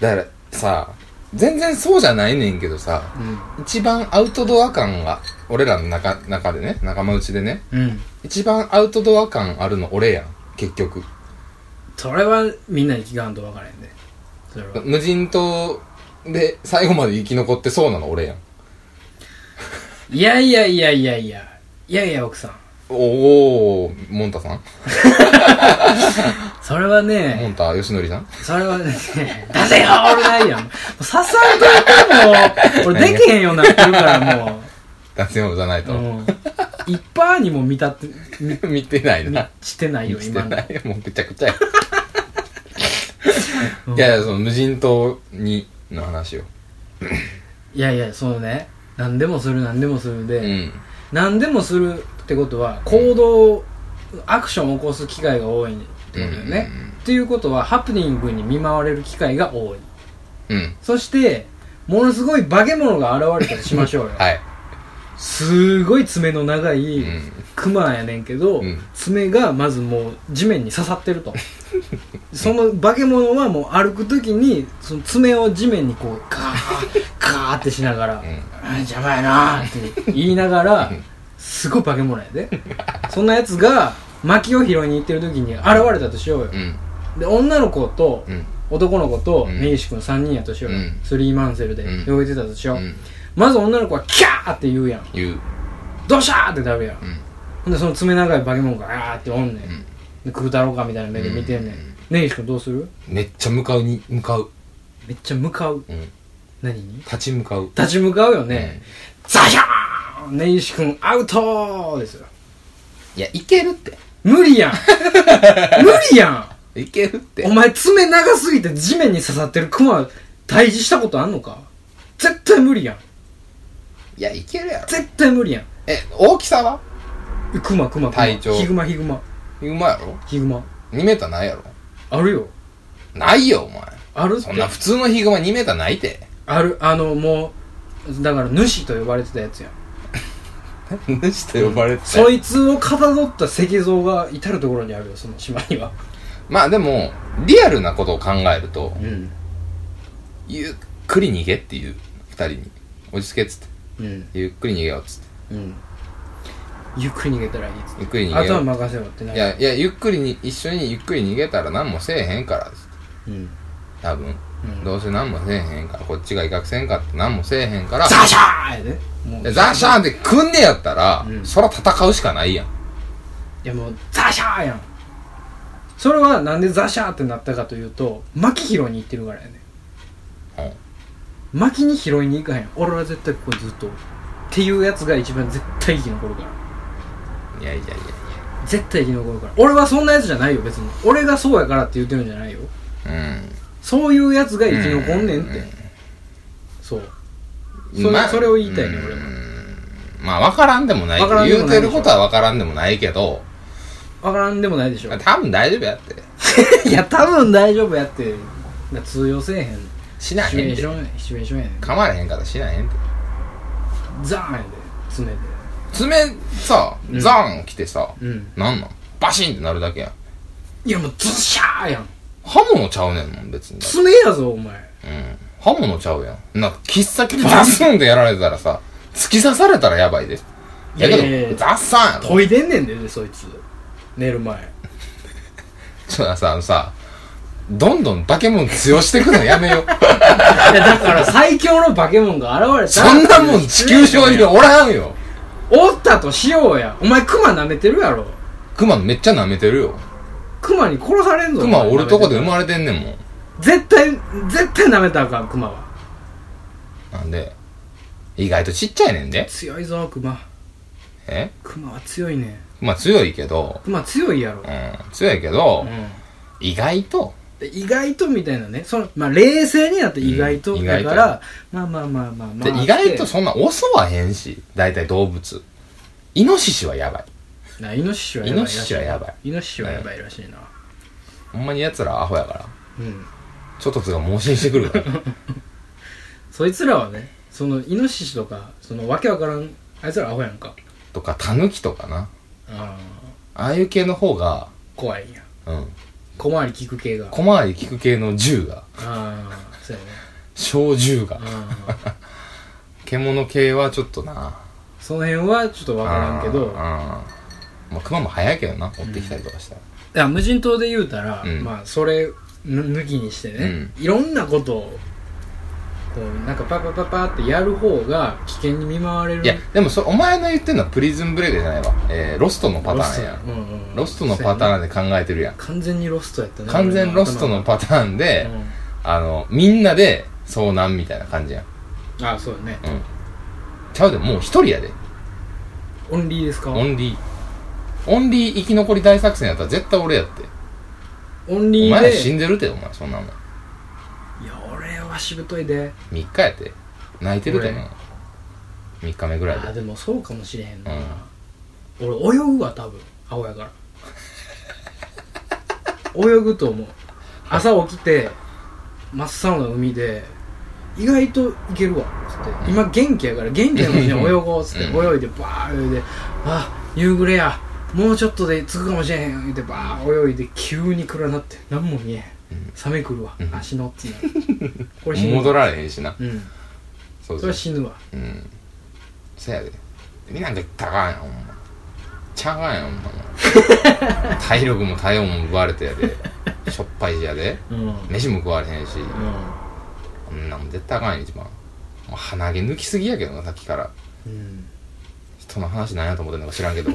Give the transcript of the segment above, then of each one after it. だからさ全然そうじゃないねんけどさうん一番アウトドア感が俺らの中中でね仲間内でねうん一番アウトドア感あるの俺やん結局それはみんなに聞かんと分からへんでそれは無人島で最後まで生き残ってそうなの俺やんいやいやいやいやいやいやいや奥さんおおーもんたさんそれはもねんたよしのりさんそれはね出せよ俺ないやんもうささんといてもう俺できへんようになってるからもう脱毛じゃないと、うん一パーにも満たってみ 見てない満なちてない見よて今のないもうぐちゃぐちゃやうんいやいやその無人島にの話をいやいやそのね何でもする何でもするで、うん何でもするってことは行動、アクションを起こす機会が多いってことだよね、うんうんうんっていうことはハプニングに見舞われる機会が多いうんそしてものすごい化け物が現れたとしましょうよ、はいすごい爪の長いうんクマやねんけど、うん爪がまずもう地面に刺さってると その化け物はもう歩く時にその爪を地面にこうカーカーってしながら「あ邪魔やな」って言いながらうんすごい化け物やでそんなやつが薪を拾いに行ってる時に現れたとしようようんで女の子とうん男の子とうん根岸君3人やとしようようんスリーマンセルでうん動いてたとしよううんまず女の子は「キャー!」って言うやん言うドシャーってなるやん、んほんでその爪長い化け物があーっておんねん、でん食うたろうかみたいな目で見てんねん、うん根岸君どうするめっちゃ向かうに向かう、めっちゃ向かううん、何に立ち向かう立ち向かうよね、ザシャーン根岸君アウトーですよいやいけるって無理 やん無理やんいけるってお前爪長すぎて地面に刺さってるクマ退治したことあんのか絶対無理やんいやいけるやろ絶対無理やんえ大きさはえクマクマクマ体調ヒグマヒグマうまやろヒグマ2メーターないやろあるよないよお前あるってそんな普通のヒグマ2メーターないてあるあのもうだから主と呼ばれてたやつやん主と呼ばれてたそいつをかたどった石像が至る所にあるよその島にはまあでもリアルなことを考えるとうんゆっくり逃げっていう2人に落ち着けっつってうんゆっくり逃げようっつってうんゆっくり逃げたらいいっつってゆっくり逃あげとよはう任せろってないやいやゆっくりに一緒にゆっくり逃げたら何もせえへんからっつってうん多分うんどうせ何もせえへんからこっちが威嚇せんかって何もせえへん からザシャーやでもでザシャーンって組んでやったら、うんそら戦うしかないやんいやもうザシャーやんそれはなんでザシャーってなったかというと薪拾いに行ってるからやねうん薪に拾いに行かへん俺は絶対ここにずっとおるっていうやつが一番絶対生き残るからいやいやいやいや絶対生き残るから俺はそんなやつじゃないよ別に俺がそうやからって言ってるんじゃないようそういうやつが生き残んねんって、うんそうそんれ,、まあそれを言いたいねうん俺はまあ分からんでもない分からんでも言なういでしょてることは分からんでもないけど分からんでもないでしょまあ多分大丈夫やって いや多分大丈夫やって通用せえへんしなシチュへエんーシてョンシチュエーションやねん噛まれへんからしなへんてザーンやで爪で爪さんザーン来てさ、うんなんなんバシンってなるだけやんいやもうズシャーやん刃物ちゃうねんもん別に爪やぞお前うん刃物ちゃうやんなんか切っ先でバスンってやられたらさ突き刺されたらやばいですいややいやいけやどザッサンやろ研いでんねんでそいつ寝る前ちょっとさあのさどんどん化け物強してくのや めよういや だから最強の化け物が現れそたんなもん地球上におらん よおったとしようやお前クマ舐めてるやろクマめっちゃ舐めてるよクマに殺されんぞクマお前おるとこで生まれてんねんもん絶対絶対舐めたらあかんクマはなんで意外とちっちゃいねんで強いぞクマえクマは強いねクマ強いけどクマ強いやろう、ん強いけど、うん意外とで意外とみたいなねその、まあ、冷静になって意外と、うん意だ外かとらまあまあまあまあまであ意外とってそんな襲わへんし大体動物イノシシはやばいなイノシシはイやばいノらしシいシはやばいイノシシはやばいらしいなほんまに奴らアホやからうんちょっとつが盲信してくるから そいつらはねそのイノシシとかそのわけわからんあいつらアホやんかとかタヌキとかなああああいう系の方が怖いやんうん小回り聞く系が小回り利く系の銃がああそうやね小銃がうん獣系はちょっとなその辺はちょっと分からんけうんうんどまあ熊も早いけどな追ってきたりとかしたら、いや無人島で言うたら、うんまあそれぬ抜きにしてね、いろんなことをこうなんかパパパパってやる方が危険に見舞われるいやでもそれお前の言ってんのはプリズンブレイクじゃないわ、えーロストのパタロスートンやんうんうんロストのパターンで考えてるやん完全にロストやったね完全ロストのパターンタで、あのみんなで遭難みたいな感じやんうん、あそうだねうんちゃうでもう一人やでオンリーですかオンリーオンリー生き残り大作戦やったら絶対俺やってオンおリー前ら死でんでるってお前そんなもんいや俺はしぶといで3日やって泣いてるでな3日目ぐあらいーででもそうかもしれへんな、俺泳ぐわ多分青やから泳ぐと思う朝起きて真っ青な海で意外といけるわっつって今元気やから元気な うちに泳ごうっつってう泳いでバー泳いであ夕暮れやもうちょっとで着くかもしれへん言うてバー泳いで急に暗なって何も見えへんサメ来るわうん足のっつってなるこれ死ぬわ戻られへんしなうんそうそそうれ死ぬわうんせやでみんなんか言ったらあかんやんほんまちゃあかんやんほんまもう 体力も体温も奪われてやでしょっぱいしやでうんうん飯も食われへんしこんなんも絶対あかんやん一番もう鼻毛抜きすぎやけどなさっきからうん人の話なんやと思ってんのか知らんけ ど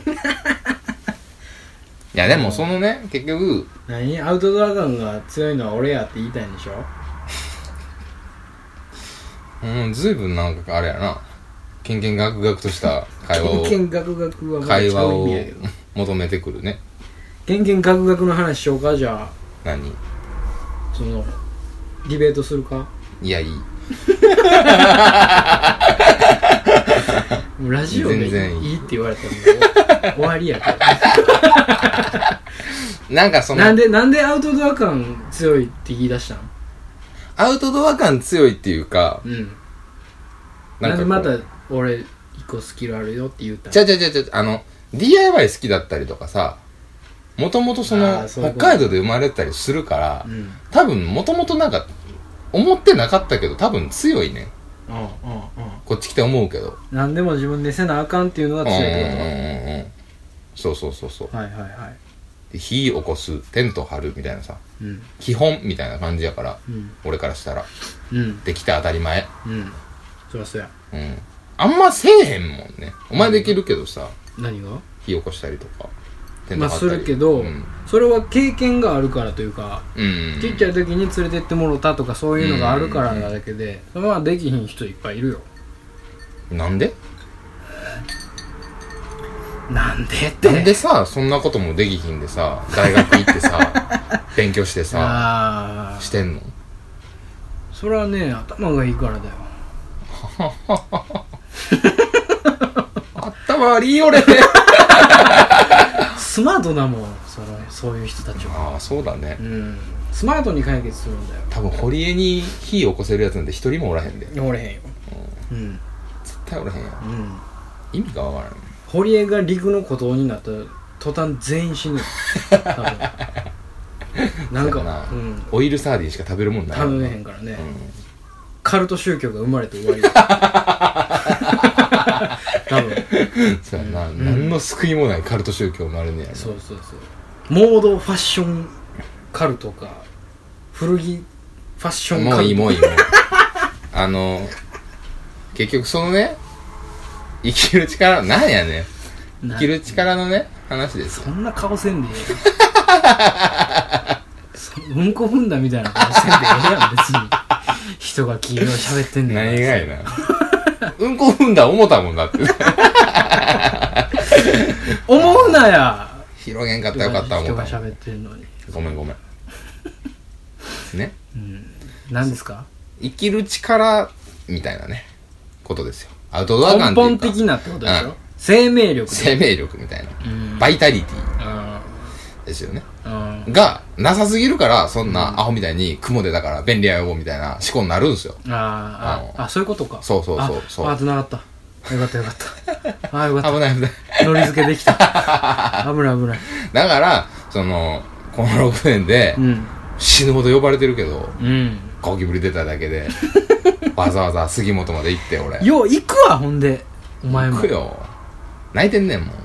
いやでもそのね結局何アウトドア感が強いのは俺やって言いたいんでしょうん随分なんかあれやなケンケンガクガクとした会話をケンケンガクガクはまた違会話う意を味やけど求めてくるねケンケンガクガクの話しようかじゃあ何そのディベートするかいやいいもうラジオで全然いいいいって言われたらもう終わりやからなんか そのなんでなんでアウトドア感強いって言い出したのアウトドア感強いっていうかうんななんかこんでうまた俺一個スキルあるよって言ったちのゃうちゃうちゃうちゃうあの DIY 好きだったりとかさもともとそあのーそういう北こと海道で生まれてたりするからうんうんうん多分もともとなんか思ってなかったけど多分強いねうこっち来て思うけどん何でも自分でせなあかんっていうのが強いってうんうんこうんうんそうそうそうそうとかはいはいはいで火起こすテント張るみたいなさうん基本みたいな感じやからうん俺からしたらうんできた当たり前うんそりゃそうやうんあんませえへんもんねお前できるけどさ何が火起こしたりとかテまあ張っすたりるけど、うんそれは経験があるからというか、うんちっちゃい時に連れてってもろたとかそういうのがあるからなだけで、それはできひん人いっぱいいるよなんでなんでってなんでさそんなこともできひんでさ大学行って さ勉強してさああしてんのそれはね頭がいいからだよ頭悪い俺 スマートなもんそのそういう人たちはああそうだねうんスマートに解決するんだよ多分堀江に火起こせるやつなんて一人もおらへんで絶おれへんようん対おらへんやうんん意味がわからん堀江が陸の孤島になった途端全員死ぬよ 多分なそんうやかなうんオイルサーディンしか食べるもんない頼めへうんからね、んカルト宗教が生まれて終わり 多分 そうやな、ん何の救いもないカルト宗教生まれんねやろそうそうそうモードファッションカルトか古着ファッションカルトもういいもういいもうあの結局そのね生きる力なんやねんな生きる力のね話ですよそんな顔せんでええやんそうんこ踏んだみたいな顔せんでええやん別に人が黄色い喋ってんねんから何がやな うんこ踏んだ思ったもんだって 思うなや広げんかったら人よかがった思ったもん喋ってんのにごめんごめんね何ですか生きる力みたいなねことですよアウトドア感っ根ていう本か的なってことでしょ、うん生命力で生命力みたいな、んバイタリティうんですよねうんがなさすぎるからそんなアホみたいに雲でだから便利やよみたいな思考になるんですよあーあああそういうことかそうそうそうあそうあ繋がったよかったよかった あーよ危かっない危ないた乗り付けで きた危ない危ないだからそのこの6年でうん死ぬほど呼ばれてるけどうんゴキブリ出ただけでわざわざ杉本まで行って俺よう行くわほんでお前も行くよ泣いてんねんもん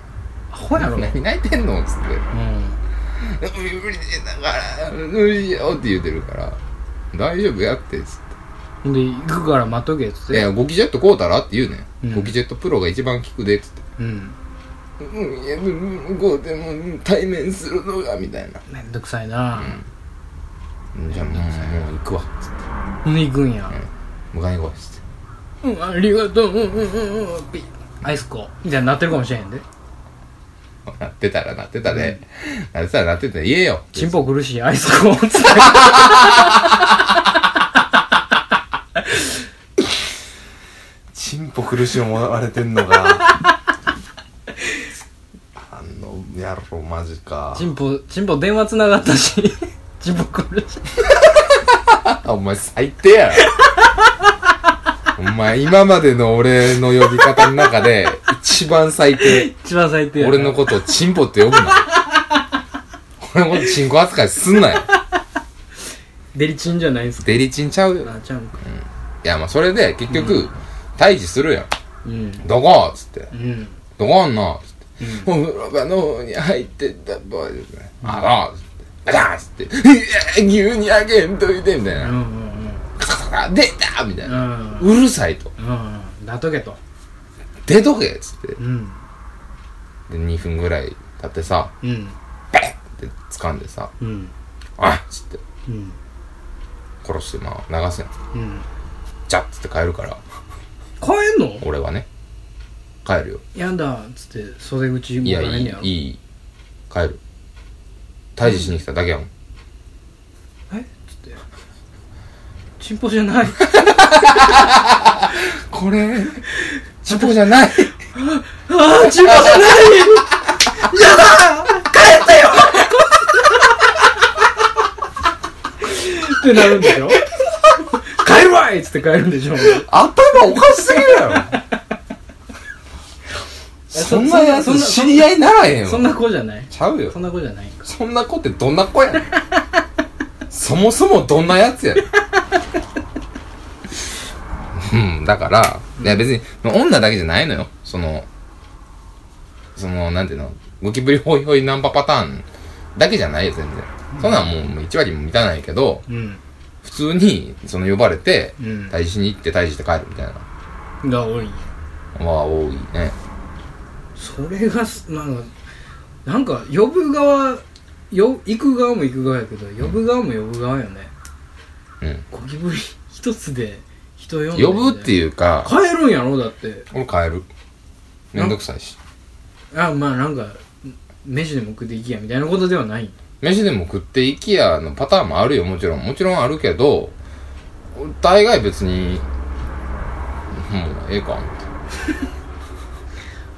アホやろ、何泣いてんのっつってうん「ゴキブリ出たからどうしよう」って言うてるから「大丈夫やって」っつっほんで行くから待っとけっつっ「ていやゴキジェット買うたら?」って言うねうんん「ゴキジェットプロが一番効くで」っつってうん「うんいや向こうでも対面するのが」みたいなめんどくさいな、 「じゃあもうもう行くわ」っつってほんで行くんや「迎えに来い」っつってうんありがとううんうんうんうんピッアイスコみたいになってるかもしれへんでなってたらなってたで、なってたらなってたで言えよチンポ苦しいアイスコーンつってチンポ苦しい思われてんの かあの野郎マジかチンポチンポ電話つながったしチンポ苦しいあお前最低やろお前今までの俺の呼び方の中で一番最低一番最低やな俺のことをチンポって呼ぶな俺のことチンコ扱いすんなよデリチンじゃないんすかデリチンちゃうよあちゃうんかいやまあそれで結局退治するやんうんどこっつってうんどこあんのつって、お風呂場の方に入ってったボーイですね。あらつって、ガチャンっつって、いや牛にあげんといて、みたいうんうな。んうんカサカサカサ出たみたいうな。んうるさいと。うんなっとけと出とけっつって。うんで、2分ぐらい経ってさ、うんベッって掴んでさ、うんあっつって、うん殺して、まあ、流すやん。うんジャッつって帰るから、帰んの俺はね、帰るよ。やんだっつって袖口いもや、らえんいねいや、ろいい。帰る。退治しに来ただけやもん。えっつってチンポじゃないこれ、チンポじゃないああチンポじゃないやだ帰ったよってなるんでしょ帰るわいっつって帰るんでしょ頭おかしすぎるやろそそんなやそんつな知り合いにならへんよそんな子じゃないちゃうよそんな子じゃないんかそんな子ってどんな子やねんそもそもどんなやつやねんうんだからいや別に女だけじゃないのよそのそのなんていうのゴキブリホイホイナンパパターンだけじゃないよ全然そんなんもうもう1割も満たないけどうん普通にその呼ばれてうん退治に行って退治して帰るみたいなが多いんやまあ多いねそれがすなんかなんか呼ぶ側よ行く側も行く側やけど呼ぶ側も呼ぶ側よねうんゴキブリ一つで人呼んで呼ぶってういうか帰るんやろだって俺帰るめんどくさいしあまあなんか飯でも食っていきやみたいなことではない飯でも食っていきやのパターンもあるよもちろんもちろんあるけど大概別にもうええか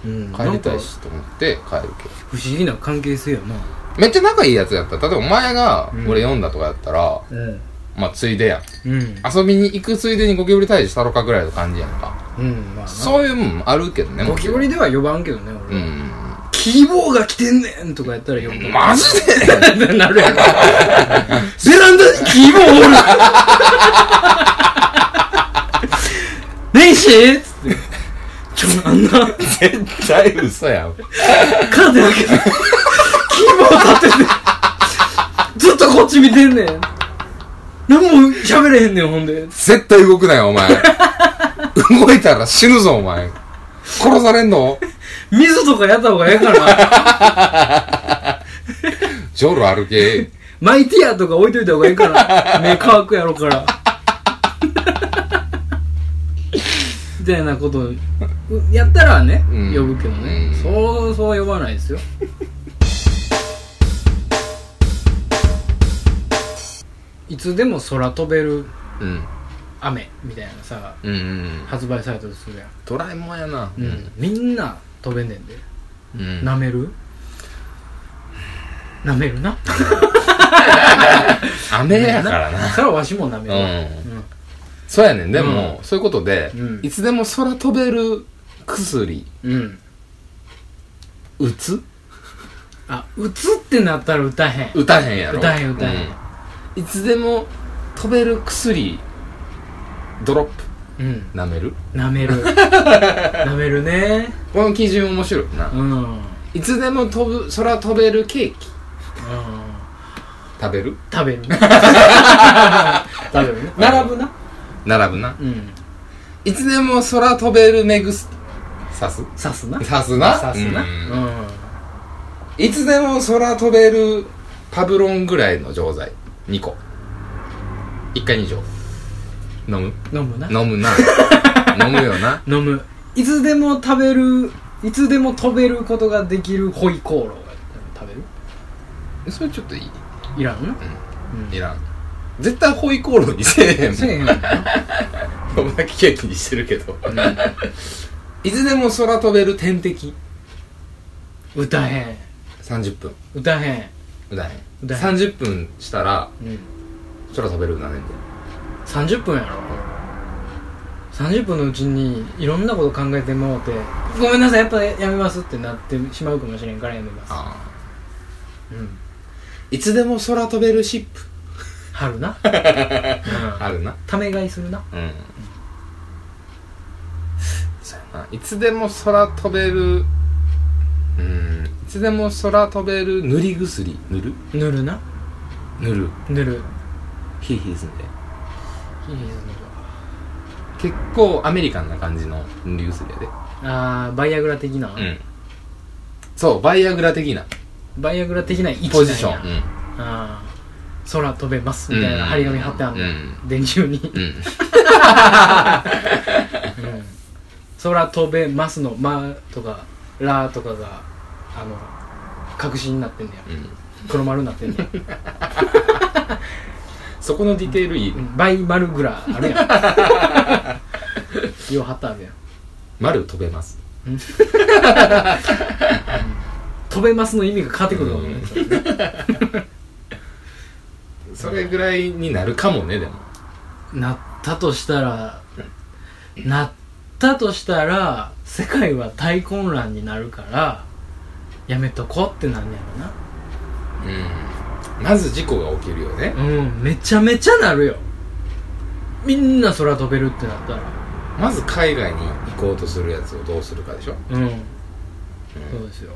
う帰りんたなんいかしと思って帰るけど不思議な関係性やなめっちゃ仲いいやつやったら例えばお前がうん俺読んだとかやったら、うんまあついでやんうん遊びに行くついでにゴキブリ退治したろかぐらいの感じやんかうんまあなそういうもんあるけどねゴキブリでは呼ばんけどねう俺、んキーボーが来てんねんとかやったら呼ぶマジで で なるやろベランダにキーボーおるねえしっつってちょあんな絶対嘘やんカーテン開けて、キーボー立てて、ずっとこっち見てんねん。何も喋れへんねん、ほんで。絶対動くなよ、お前。 動いたら死ぬぞ、お前。殺されんの水とかやった方がええから、ジョル歩け。マイティアとか置いといた方がええから、目乾くや ろから。みたいなことをやったらね、うん呼ぶけどねうん。そう、そうは呼ばないですよ。いつでも空飛べるうん。雨みたいなさ、うんうん。発売されたりするやん、ドラえもんやな。うん。みんな飛べんねんでうん。なめるなめ るな雨やからな。それはわしもなめるうん。そうやねん。でも、そういうことで、うんいつでも空飛べる薬、うん、うん、打つあうつってなったら歌へん打たへんやろ。打たへん打たへんうんいつでも飛べる薬ドロップうん舐めるな めるなめるねこの基準面白いな、うんうんいつでも飛ぶ空飛べるケーキ食べる食べる 食べるね並ぶな並ぶなうんいつでも空飛べる目ぐす刺す刺すな刺すな刺すなうんうんいつでも空飛べるパブロンぐらいの錠剤2個1回2錠飲む飲むな飲む な飲むよな飲むいつでも食べるいつでも飛べることができるホイコーローが食べるそれちょっといいいらんな、うんいらん絶対ホイコーローにせえへんせえへんもんもんなおまきケーキにしてるけど、 いつでも空飛べる天敵歌へん30分歌へん、だねだね30分したらうん、空飛べるなねんで30分やろ30分のうちにいろんなこと考えてもうてごめんなさいやっぱやめますってなってしまうかもしれんからやめます、あうん、いつでも空飛べるシップ 春な、うん、あるなため買いするなうんそうやないつでも空飛べるうんいつでも空飛べる塗り薬塗る塗るな塗る塗るヒーヒーすんでいいですね結構アメリカンな感じの塗り薬やであーバイアグラ的な、うんそうバイアグラ的なバイアグラ的な位置なんやポジションうんあー空飛べますみたいな張り紙貼ってあんうの、ん電柱 に、うんうん空飛べますの「ま」とか「ら」とかがあの確信になってんねやうん黒丸になってんねや、そこのディテールいい、うん、バイ丸ぐらあるやん よう貼ってあるやん丸飛べます飛べますの意味が変わってくるかもね、それぐらいになるかもねでもなったとしたらなったとしたら世界は大混乱になるからやめとこうってなんねやうんまず事故が起きるよねろなうんめちゃめちゃなるよみんな空飛べるってなったらまず海外に行こうとするやつをどうするかでしょうん、そうですよ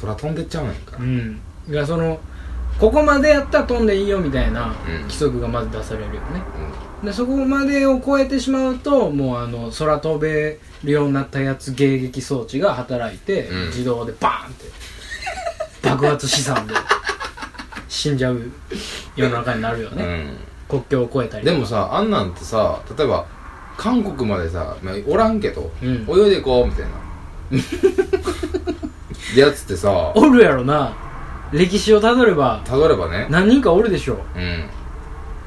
空飛んでっちゃうんやんかうんだからそのここまでやったら飛んでいいよみたいなうん規則がまず出されるよね、でそこまでを超えてしまうともうあの空飛べるようになったやつ迎撃装置が働いて、うん自動でバーンって爆発資産で死んじゃう世の中になるようん、ね、国境を越えたりでもさあんなんってさ例えば韓国までさ、まあ、おらんけど、うん泳いでいこうみ たいなやつってさおるやろな歴史をたどればたどればね何人かおるでしょううん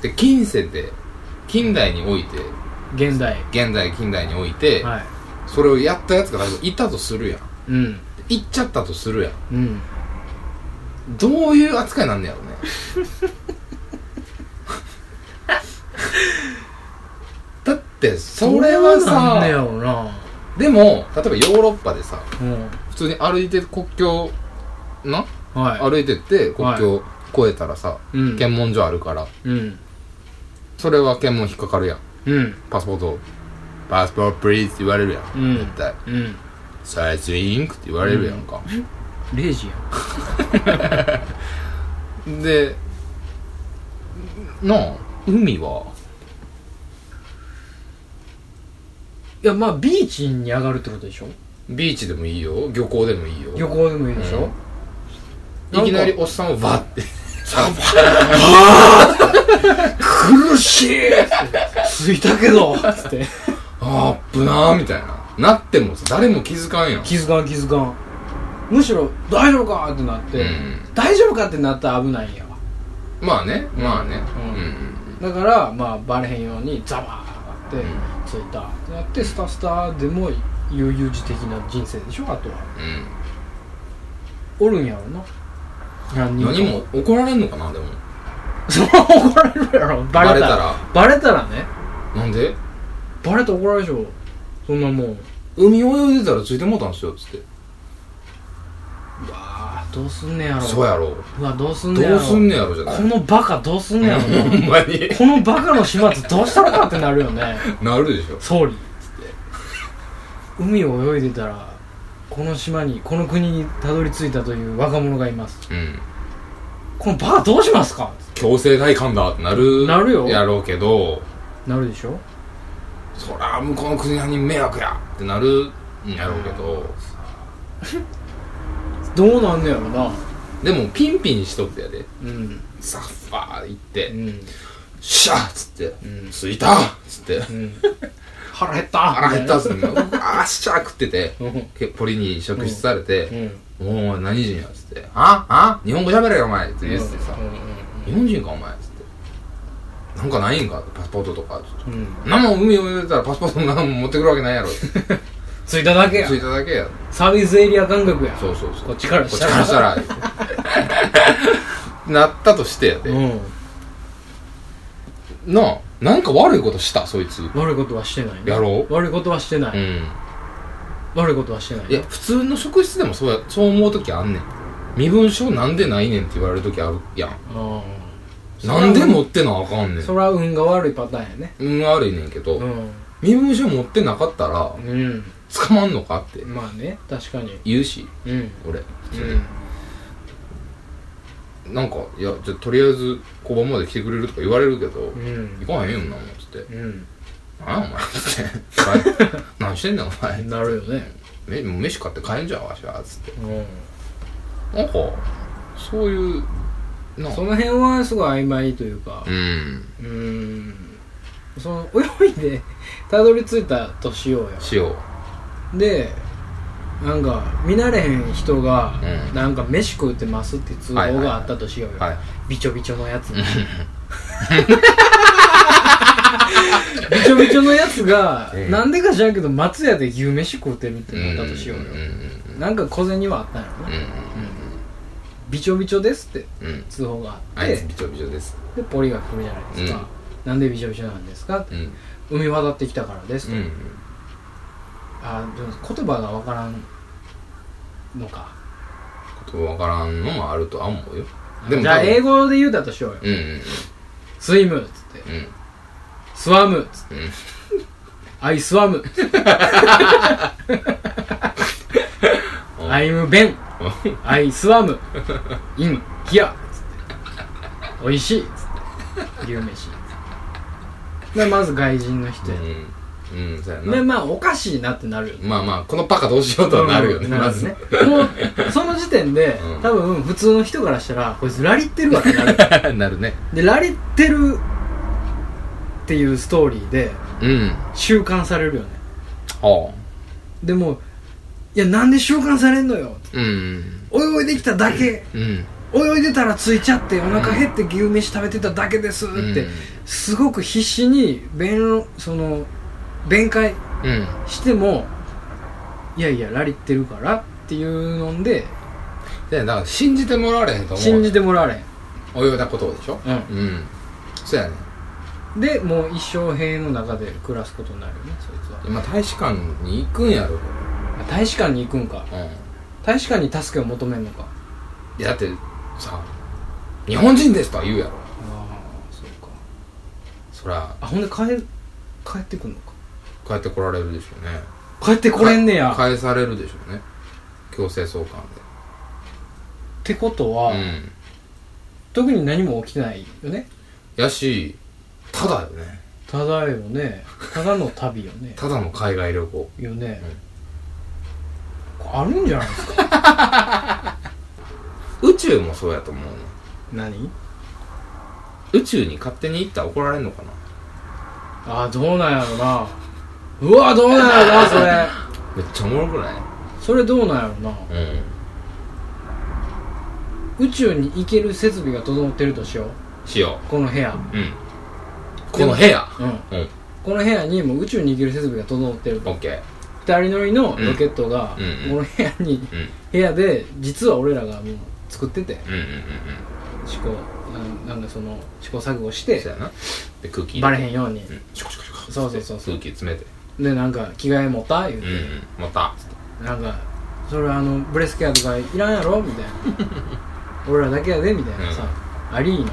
で近世で近代において現代現代近代において、はいそれをやったやつが多分いたとするやんうん行っちゃったとするやんうんどういう扱いなんねやろ ねだってそれはなんさだよなでも例えばヨーロッパでさうん普通に歩いて国境なは歩いてって国境越えたらさ、いうん検問所あるからうんそれは検問引っかかるやんうんパスポートパスポートプリーズって言われるやん、うん絶対うんサイズインクって言われるやんか、 0時やんでなあ海はいやまあビーチに上がるってことでしょビーチでもいいよ漁港でもいいよ旅行でもいいでしょ、いきなりおっさんをバッて苦しい ついたけどつってあーっぶなーみたいななってもさ誰も気づかんやん気づかん気づかんむしろ大丈夫かってなって、うん大丈夫かってなったら危ないんやわまあねまあねうんうんだからまあバレへんようにザバーってついたってなってスタスタでも悠々自適な人生でしょあとはおるんやろな何うん何も怒られんのかなでも そう怒られるやろバレたらバレたらねなんでバレたら怒られるでしょそんなもん海泳いでたらついてもうたんすよつってうわあどうすんねやろそうやろうわどうすんねやどろうすんねやろじゃないこのバカどうすんねやろなほんまにこのバカの始末どうしたのかってなるよねなるでしょ総理っつって海を泳いでたらこの島にこの国にたどり着いたという若者がいますうんこのバカどうしますか強制体感だってなるなるよやろうけどなるでしょそりゃ向こうの国に迷惑やってなるんやろうけどどうなんねやろなでもピンピンしとってやでうんサッファー行って、うんシャーっつってん「す、いた!」っつってうん腹減った腹減ったっつって「あーシャー!」食っててうんけポリに移植されうてん「お前何人や?」っつって「ああ日本語喋れよお前」って言ってさ「う日本人かお前」っつって「なんかないんか?」パスポートとかっつってんうんうん「何も海を泳いでたらパスポートも何も持ってくるわけないやろ」って着いただけやついただけやサービスエリア感覚やそうそうそうこっちからこしっちたかららしたら なったとしてやで、うんなあなんか悪いことしたそいつう悪いことはしてないねやろう悪いことはしてないん悪いことはしてないいや普通の職質でもそうやそう思う時あんねん身分証なんでないねんって言われる時あるやんうなんで持ってなあかんねんんそれは運が悪いパターンやね運が悪いねんけど、うん身分証持ってなかったらうん捕まんのかってまあね確かに言うしうん俺うんなんかいやじゃあとりあえず交番まで来てくれるとか言われるけど、うん行かへんよんなもんっつってうん「何やお前」っつって「何してんねんお前」なるよねめもう飯買って帰んじゃんわしは」つってうなんかそういうなんその辺はすごい曖昧というかうんうーんその泳いでたどり着いたとしようよしよでなんか見慣れへん人が、うんなんか飯食うてますって通報はいはいはいがあったとしようよ、うはいビチョビチョのや つビチョビチョのやつが、うんなんでか知らんけど松屋で牛飯食うてるってなったとしようよ、うんうんなんか小銭はあったんやろな、ビチョビチョですってうんうん通報がああいってつびちょびちょですでポリが来るじゃないですか、なんでビチョビチョなんですかってうん海渡ってきたからですうと、んあでも言葉がわからんのかことわからんのもあるとは思うよでもじゃあ多分英語で言うたとしようよ、うんうんスイムっつってうんスワムっつって、うんアイスワムうんアイムベンアイスワムインヒアつっておいしいっつって牛飯でまず外人の人や、うんうんそうやでなまあおかしいなってなるよねまあまあこのパカどうしようとはなるよねなまるずねもうその時点で、うん多分普通の人からしたらこいつラリってるわってな るなるねでラリってるっていうストーリーでうん収監されるよねはあでもいやなんで収監されんのようん泳いできただけうん泳いでたらついちゃってお腹減って牛飯食べてただけですっうんて、すごく必死に弁その弁解うんしてもいやいやラリってるからっていうのででだから信じてもらわれへんと思う信じてもらわれへん泳いだことをでしょううんそうやねでもう一生塀の中で暮らすことになるよねそいつは今大使館に行くんやろあ大使館に行くんかうん大使館に助けを求めんのかいやだってさ日本人ですとは言うやろああそうかそりゃあほんで帰る帰ってくんのか帰ってこられるでしょうね帰ってこれんねやっ返されるでしょうね強制送還でてことは、うん特に何も起きてないよねやしただよねただよ ねただの旅よねただの海外旅行よね、あるんじゃないですか宇宙もそうやと思うね何宇宙に勝手に行ったら怒られんのかなああどうなんやろなうわどうなんやろなそ れめっちゃおもろくないそれどうなんやろなうん宇宙に行ける設備が整ってるとしようしよこの部屋ううんこの部屋うんうんこの部屋にもう宇宙に行ける設備が整ってるオとッケー二人乗りのロケットがこうんの部屋にうん部屋で実は俺らがもう作っててうんうんうん試行なんなんかその試行錯誤しうんてそうやなで空気バレんへんようにシュコシュコシュコそうそうそうそう空気詰めてでなんか着替え持った言ううてんうんまたなんかそれあのブレスケアとかいらんやろみ たいな俺らだけやでみたいなさ、アリーのう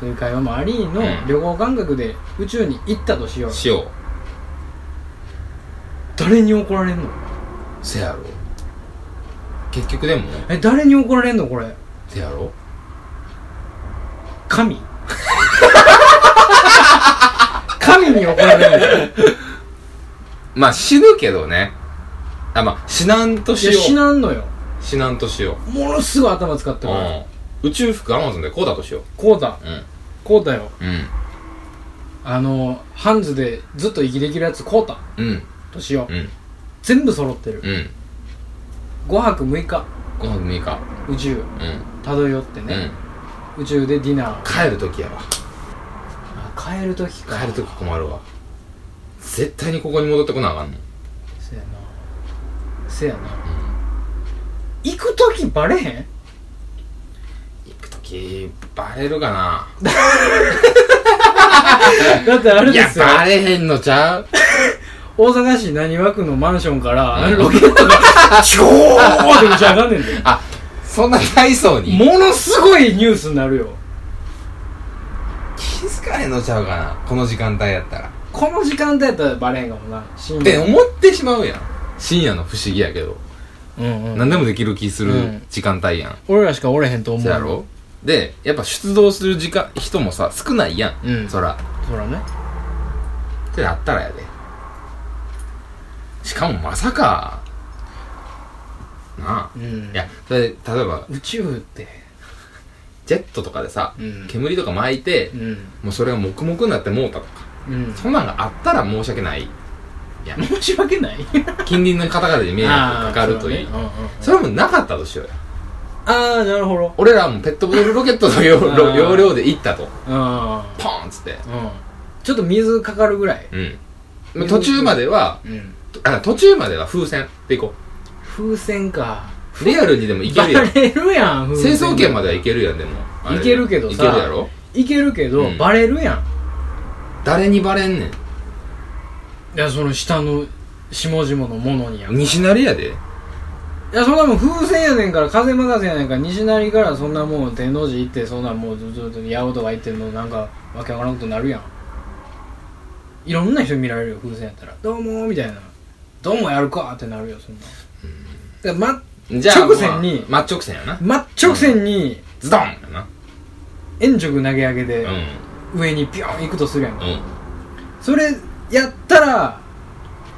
そういう会話もアリーのうん。旅行感覚で宇宙に行ったとしようんしよう。誰に怒られんのせやろ。結局でも、え誰に怒られんのこれせやろ 神神に怒られるまあ死ぬけどね。あ、まあ死なんとのいしやよう。死なんのよ死なんとしよものすごい頭使ってう。るからうん。宇宙服アマゾンでこうだとしよこうだう。うん。こうだようん。あのハンズでずっと生きできるやつこうだうん。としよう、うん。全部揃ってる、うん。 5泊6日5泊6日。宇宙うん。漂ってうねん、。宇宙でディナー帰るときやわ。あ帰る時か帰るとき困るわ。絶対にここに戻ってこなあかんの。せやなせやな、行く時バレへん行くとき、バレるかな。だってあれいでや、すよバレへんのちゃう大阪市浪速区のマンションから、うんロケットがチョーって打ち上がんね んであ、そんな大層にものすごいニュースになるよ気づかれんのちゃうかなこの時間帯やったら。この時間帯やったらバレへんかもな深って夜思ってしまうやん。深夜の不思議やけど。うんうん何でもできる気すうるん時間帯やん。俺らしかおれへんと思そうやろで、やっぱ出動する時間、人もさ、少ないやん。うんそら。そらねってなったらやで。しかもまさか、なあ。うんいや、それ、例えば、宇宙ってジェットとかでさ、うん煙とか巻いて、うんもうそれが黙々になってもうたとか。うんそんなんがあったら申し訳ない。申し訳ない近隣の方々に迷惑がかかるといい。あーそうだねうんうんうんそれもなかったとしようよ。あーなるほど俺らもペットボトルロケットの要あ量ー容量で行ったと。うポーンっつって。んうんちょっと水かかるぐらいうん。途中までは、うんあ途中までは風船で行こ風船かう。リアルにでも行 バけるやん。レるやん風成船層圏までは行けるやん、でも。あれ行けるけどさ行けるやろいけるけど、うんバレるやん誰にバレんねん。いやその下の下々のものにやんい西成やで。やそんなもん風船やねんから風任せやねんから西成からそんなもん天王寺行ってそんなもうずっと八百とか行ってんのなんかわけわからんことになるやんいろんな人に見られるよ風船やったら「どうも」みたいな「どうもやるか」ってなるよそんなだからまじゃあ、直線にまあ真っ直線やな。真っ直線にズドンやな。円直投げ上げうでん。上にピョン行くとするやんかうん。それやったら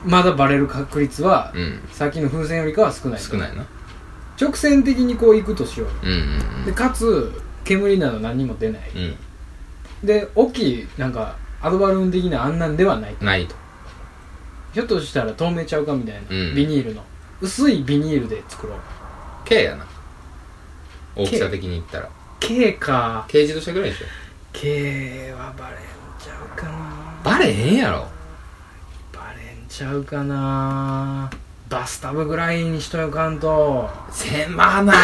まだバレる確率はうん。さっきの風船よりかは少ない少ないな。直線的にこう行くとしよううんうんでかつ煙など何も出ないうん。うん。で大きいなんかアドバルーン的なあんなんではないないと。ひょっとしたら透明ちゃうかみたいな、うんビニールの薄いビニールで作ろう K やな。大きさ的に言ったら。 K か軽自動車ぐらいでしょ。 K はバレんちゃうかなバレへんやろ。バレんちゃうかなバスタブぐらいにしとよかんと狭ない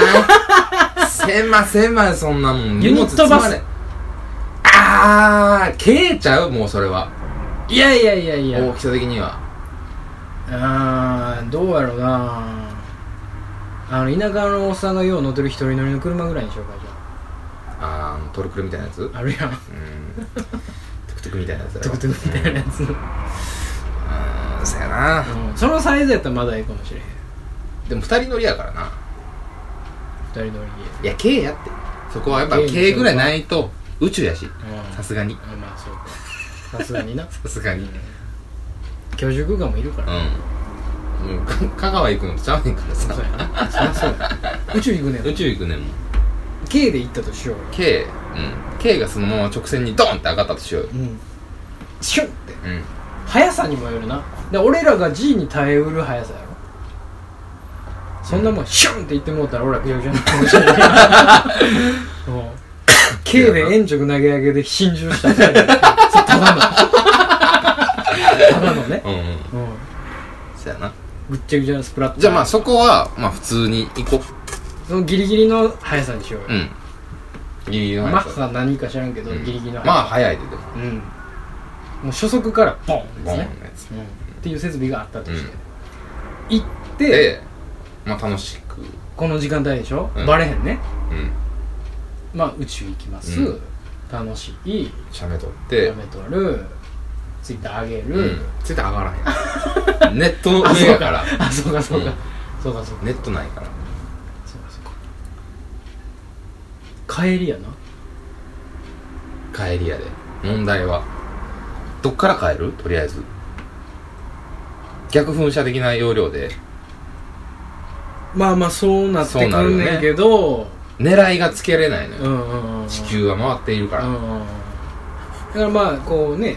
狭狭いそんなもんユニットバス荷物積まれあー消えちゃうもうそれはいやいやいやいや大きさ的にはあーどうやろうなあの田舎のおっさんがよう乗ってる一人乗りの車ぐらいにしようかじゃあーあのトルクルみたいなやつうんあある やトゥんクトゥクみたいなやつだトゥろクトゥクみたいなやつ、うんそやなうんそのサイズやったらまだいいかもしれへんでも二人乗りやからな二人乗いりや軽やってそこはやっぱ軽ぐらいないと宇宙やしでうんさすがにあまあそうかさすがにな さすがに居住空間もいるから、うんもうか香川行くのとちゃうねんからさそうやなそりゃそうや宇宙行くねん宇宙行くねんもん K で行ったとしようよ K うん K がそのまま直線にドンって上がったとしようようんシュンってうん速さにもよるなで俺らが G に耐えうる速さやろそんなもんシュンって言ってもうたら俺らぐちゃぐちゃになるかもしれないもう K で円直投げ上げで心中したみたいなそうただのただのね、うんうんうん、そうやなぐっちゃぐちゃなスプラッターじゃあまあそこはまあ普通に行こそのギリギリの速さにしようよう、うんギリギリのマ速ッさハ何か知らんけど、うんギリギリのまあ速早さ、いででもうんもう初速からボンでボンのすねやつうんっていう設備があったとして、行ってでまあ楽しくこの時間帯でしょ、うんバレへんねうんまあ宇宙行きます、うん楽しい写メ撮ってやめとるツイッター上げうる、んついて上がらへん ネットのあ上そうやからか あそうかそうか、うんそうかそうかネットないからそうかそうか帰りやな帰りやで問題はどっから帰るとりあえず逆噴射的な要領でまあまあそうなっそうてなくるよるねねんけど狙いがつけれないのうよんうんうん地球は回っているから、うんうんうんだからまあこうね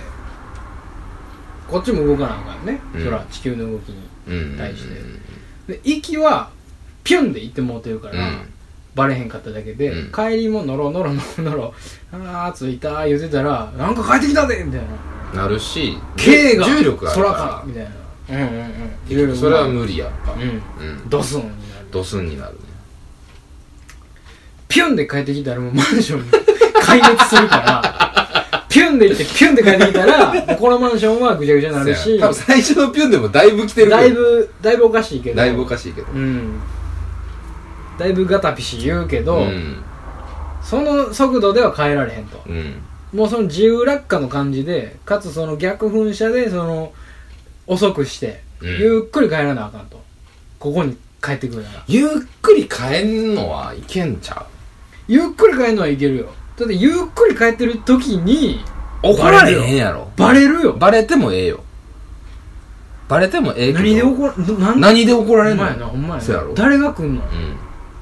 こっちも動かなあかんね、うんそら地球の動きにうん対してで息はピュンで行ってもうてるかうら、んバレへんかっただけで、うん帰りもノロノロノロノロあー着いたー言うてたらなんか帰ってきたでみたいななるし K が重力がある空かかららみたいなうんうんうんいろ結いろ局それは無理やっぱうんうんドスンになるドスンになるねピュンで帰ってきたらもうマンション壊滅するから ピュンで行ってピュンで帰ってきたらもうこのマンションはぐちゃぐちゃになるせしや多分最初のピュンでもだいぶ来てるけどだいぶだいぶおかしいけどだいぶおかしいけどうんだいぶガタピシ言うけど、んその速度では変えられへんとうんもうその自由落下の感じでかつその逆噴射でその遅くして、うんゆっくり帰らなあかんとここに帰ってくるならゆっくり帰んのはいけんちゃゆっくり帰るのはいけるよだってゆっくり帰ってる時にう怒られへんやろバレるよバレてもええよバレてもええけど何で怒るななん何で怒られんほのんまやなほんまやそうやなろ誰が来んのうん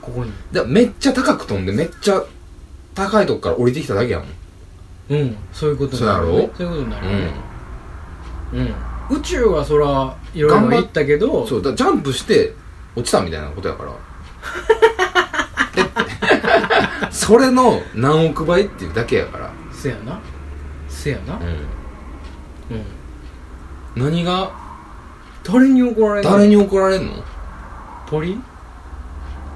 ここにだからめっちゃ高く飛んでめっちゃ高いとこから降りてきただけやもんうんそういうことになるよねそういうことになるよねうん宇宙はそらいろいろ行ったけどそうだからジャンプして落ちたみたいなことやからえってそれの何億倍っていうだけやから、せやなせやなうん、うん何が誰に怒られんの誰に怒られんの鳥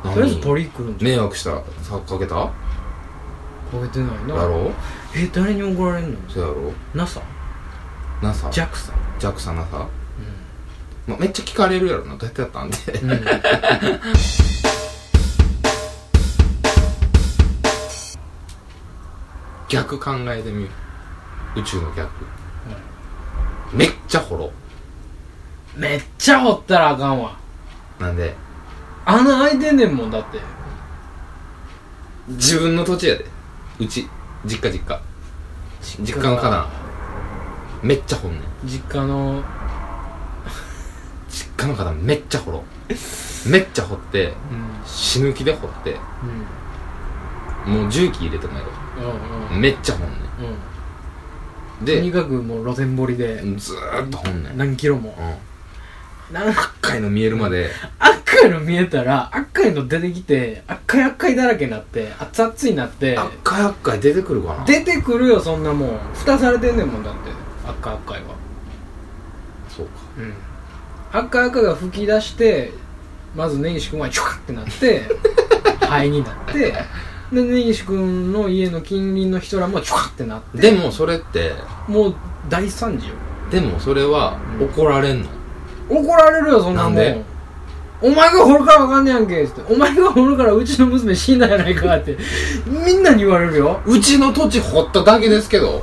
何とりあえず鳥来るんじゃん迷惑したさかけたやかけてないなろえ誰に怒られんのそうやろ NASA NASA ジャクさジャクサ NASA、まあ、めっちゃ聞かれるやろなどうやってやったんで うんうん逆考えてみる宇宙の逆、めっちゃ掘ろ めっちゃ掘ったらあかんわうなんで穴開いてんねんもんだって自分の土地やでうち実家実家実家の花壇めっちゃ掘んねん実家の実家の花壇めっちゃ掘ろうめっちゃ掘ってうん死ぬ気で掘ってうんもう重機入れてもやろうんうめっちゃ掘んねうんうんんとにでかくもう露天掘りでずーっと掘んねんうん何キロもなんか赤いの見えるまで赤いの見えたら赤いの出てきて赤い赤いだらけになって熱々になって赤い赤い出てくるかな出てくるよそんなもん蓋されてんねんもんだって赤い赤いはそうかうん赤い赤いが吹き出してまず根岸君はチュカってなって 灰になってで根岸君の家の近隣の人らもチュカってなってでもそれってもう大惨事よでもそれはうん怒られんの、怒られるよそんなもんなんでお前が掘るからわかんねやんけっつってお前が掘るからうちの娘死んだやないかってみんなに言われるようちの土地掘っただけですけど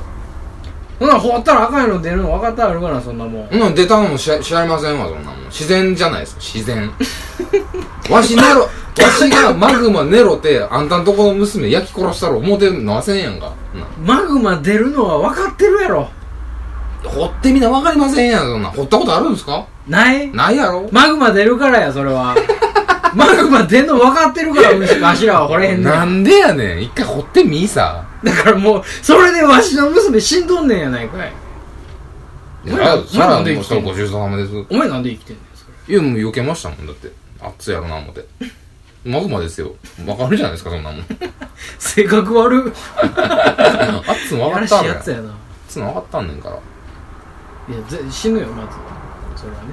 そんなん掘ったら赤いの出るの分かったらあるからそんなもんそんなん出たのも知ら知られませんわそんなもん自然じゃないですか自然 わしネロわしがマグマネロてあんたんとこの娘焼き殺したろ思うてんのはせんやんかそんなんマグマ出るのは分かってるやろ掘ってみなわかりませんやんそんなん掘ったことあるんですかないないやろマグマ出るからやそ れはマグマ出んの分かってるからうんしかわしらは掘れへんねんなだんでやねん一回掘ってみいさからもうそれでわしの娘死んどんねんやないかいいお前らやそらお前らなんでもうそら生ごき愁傷様ですお前なんで生きてんねんそれいや、もう避けましたもん、だって。熱いやろな、思って。マグマですよ。わかるじゃないですか、そんなも ん。性格悪っ熱もや分からっしいたんねんや。つやな熱も分かったんねんから。いやぜ死ぬよまずそれはね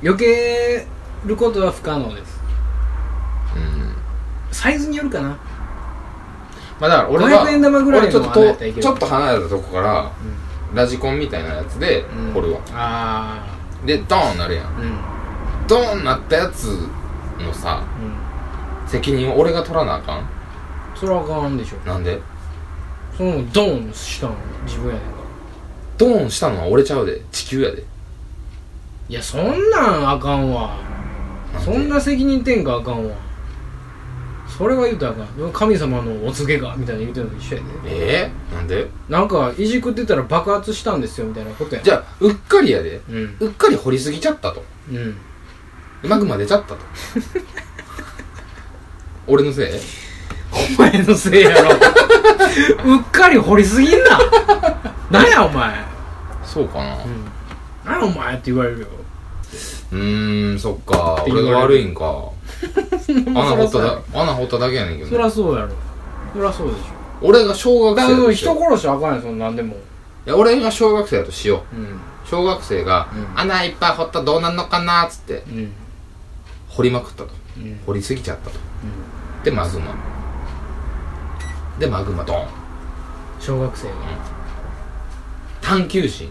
避けることは不可能ですうん。サイズによるかなまあだから俺は、 500円玉ぐらいの俺ちょっと穴やったらいけと、るちょっと離れたとこから、ラジコンみたいなやつでうん、掘るわ。あで、ドーンなるやん。あうんドーンなったやつのさうん責任を俺が取らなあかんそれはあかんでしょなんでそのドンしたの自分やねんからドーンしたのは俺ちゃうで地球やでいやそんなんあかんわなんでそんな責任転嫁あかんわそれは言うたらあかん神様のお告げがみたいな言うてるのと一緒やでええなんでなんかいじくってたら爆発したんですよみたいなことやじゃあうっかりやでうんうっかり掘りすぎちゃったとうんうまく混ぜちゃった と俺のせいお前のせいやろ うっかり掘りすぎんななんやお前そうかなうんなんやお前って言われるようーんそっかって言わ俺れるが悪いんか 穴掘っただ穴掘っただけやねんけそどりねゃそうやろそりゃそうでしょ俺が小学だか生らだとしよ人う殺しあかんやんそんなんでもいや俺が小学生だとしようんう小学生が、うん穴いっぱい掘ったらどうなんのかなっつってうん掘りまくったとうん掘りすぎちゃったとでマグマでマグマドン小学生が探求心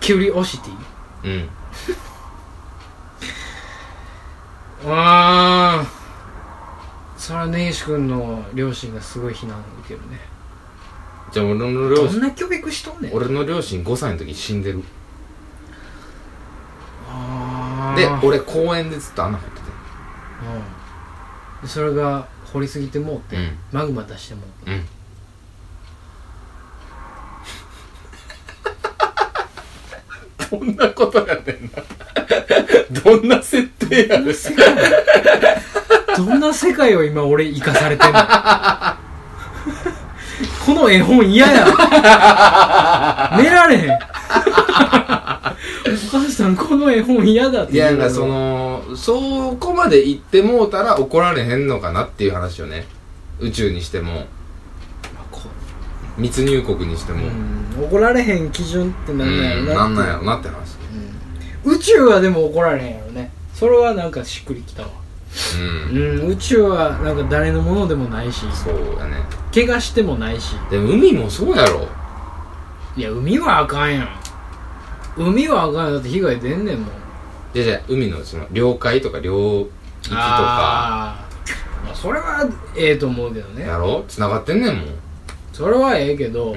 キュリオシティうんああそれは根岸君の両親がすごい非難を受けるねじゃあ俺のど両ん親な教育しとんねん俺の両親5歳の時死んでるあーで俺公園でずっと穴掘っててうんでそれが掘りすぎてもうて、うんマグマ出してもうてうんどんなことやねんな どんな設定やねん世界どんな世界を今俺生かされて んのこの絵本嫌 や寝られへんお母さんこの絵本嫌だってい言やうなんかそのそこまで言ってもうたら怒られへんのかなっていう話よね宇宙にしてもまあこ密入国にしてうも、うん怒られへん基準ってうなんなんやろん、ななんなんやろなって話うん宇宙はでも怒られへんやろねそれはなんかしっくりきたわう、うんん宇宙はなんか誰のものでもないしそうだね怪我してもないしでも海もそうやろいや海はあかんやん海はあかんよだって被害出んねんもんじゃあじゃあ海のその領海とか領域とかあーまあそれはええと思うけどねやろ繋がってんねんもんそれはええけど、うん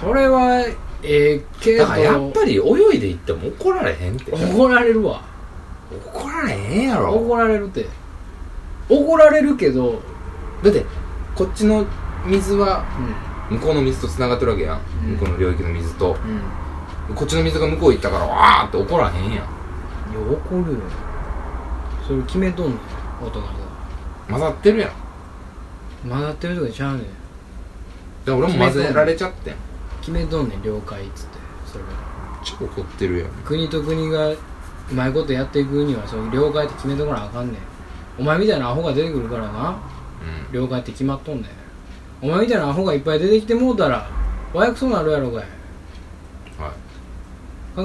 それはええけだどからやっぱり泳いでいっても怒られへんって怒られるわ怒られへんやろ怒られるって怒られるけど、だってこっちの水はう向こうの水と繋がってるわけやん、うん向こうの領域の水とんうん、こっちの水が向こう行ったからわーって怒らへんやんいや怒るよそれ決めとんねん大人が混ざってるやん混ざってるとかちゃうねんで俺も混ぜられちゃってん決めとんねん了解っつってそれは超怒ってるやん国と国がうまいことやっていくにはそういう了解って決めとかなあかんねんお前みたいなアホが出てくるからなう了解って決まっとんねんお前みたいなアホがいっぱい出てきてもうたら和訳そうなるやろかんいは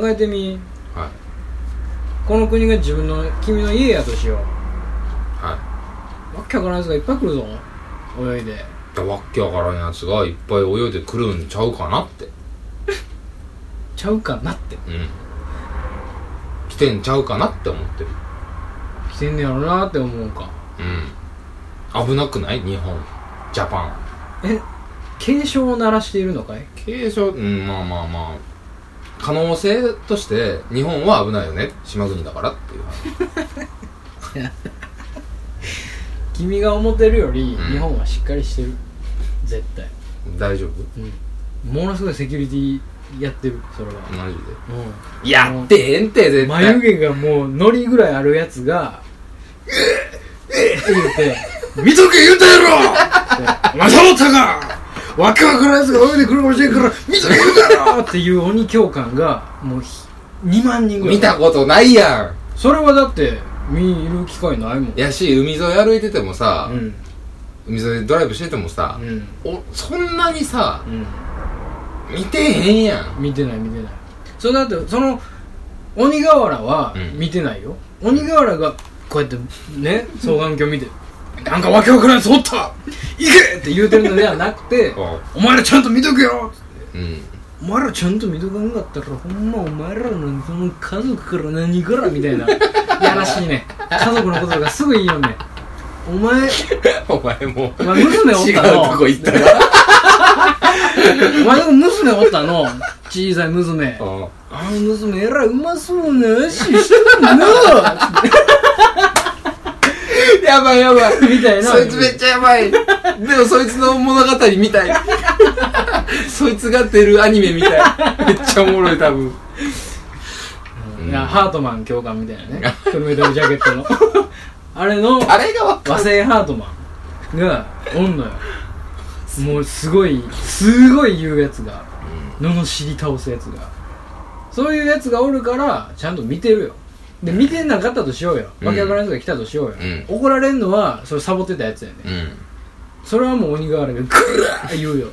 考えてみいはいこの国が自分の君の家やとしよはうわっけわからんやつがいっぱい来るぞ泳いでいだわっけわからんやつがいっぱい泳いでくるんちゃうかなってちゃうかなってうん来てんちゃうかなって思ってる来てんねやろなって思うんかうん危なくない日本ジャパンえ警鐘を鳴らしているのかい軽症うんまあまあまあ可能性として日本は危ないよね島国だからっていう話君が思ってるよりうん日本はしっかりしてる絶対大丈夫ものすごいセキュリティやってるそれはマジうでやってへんて絶対ん眉毛がもうのりぐらいあるやつが「えっ!」って言って見とけ言うたやろっお前サボったかわけわからんやつが泳いでくるかもしれんから見とけ言うたて「あーっていう鬼教官がもうひ2万人ぐらい見たことないやそれはだって見る機会ないもんんやし海沿い歩いててもさう、ん海沿いドライブしててもさう、んおそんなにさうん見てへんやん見てない見てないそれだってその鬼瓦はうん見てないよ、鬼瓦がこうやってね双眼鏡見て「なんかわけわからんやつおった行け!」って言うてるのではなくて う「お前らちゃんと見とけよ!んお前らちゃんと見とかんかったらほんまお前らのその家族から何からみたいなやらしいね家族のこととかすぐ言いよんねお前お前もお前娘おっ違たうのとこ行ったらお前の娘おったの小さい娘 うんあの娘えらいうまそうな足してんなやばいやばい みたいなそいつめっちゃやばいでもそいつの物語みたい そいつが出るアニメみたいめっちゃおもろい多分いやハートマン教官みたいなね黒メダルジャケッ トのあれのあれがわか和製ハートマンがおんのよもうすごいすごい言うやつが罵り倒すやつがそういうやつがおるからちゃんと見てるよで見てなかったとしようようんわけわからんやつが来たとしようよ、うん怒られんのはそれサボってたやつやね、うんそれはもう鬼瓦がグラー言 うよ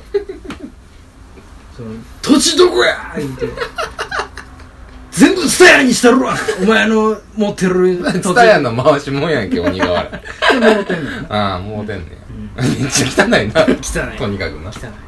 その土地どこや言うて全部スタヤにしたるわお前の持ってる土地ツタヤの回しもんやんけ鬼瓦 持ってんのよ ああもう出んね、ん、めっちゃ汚いな汚いとにかくな汚い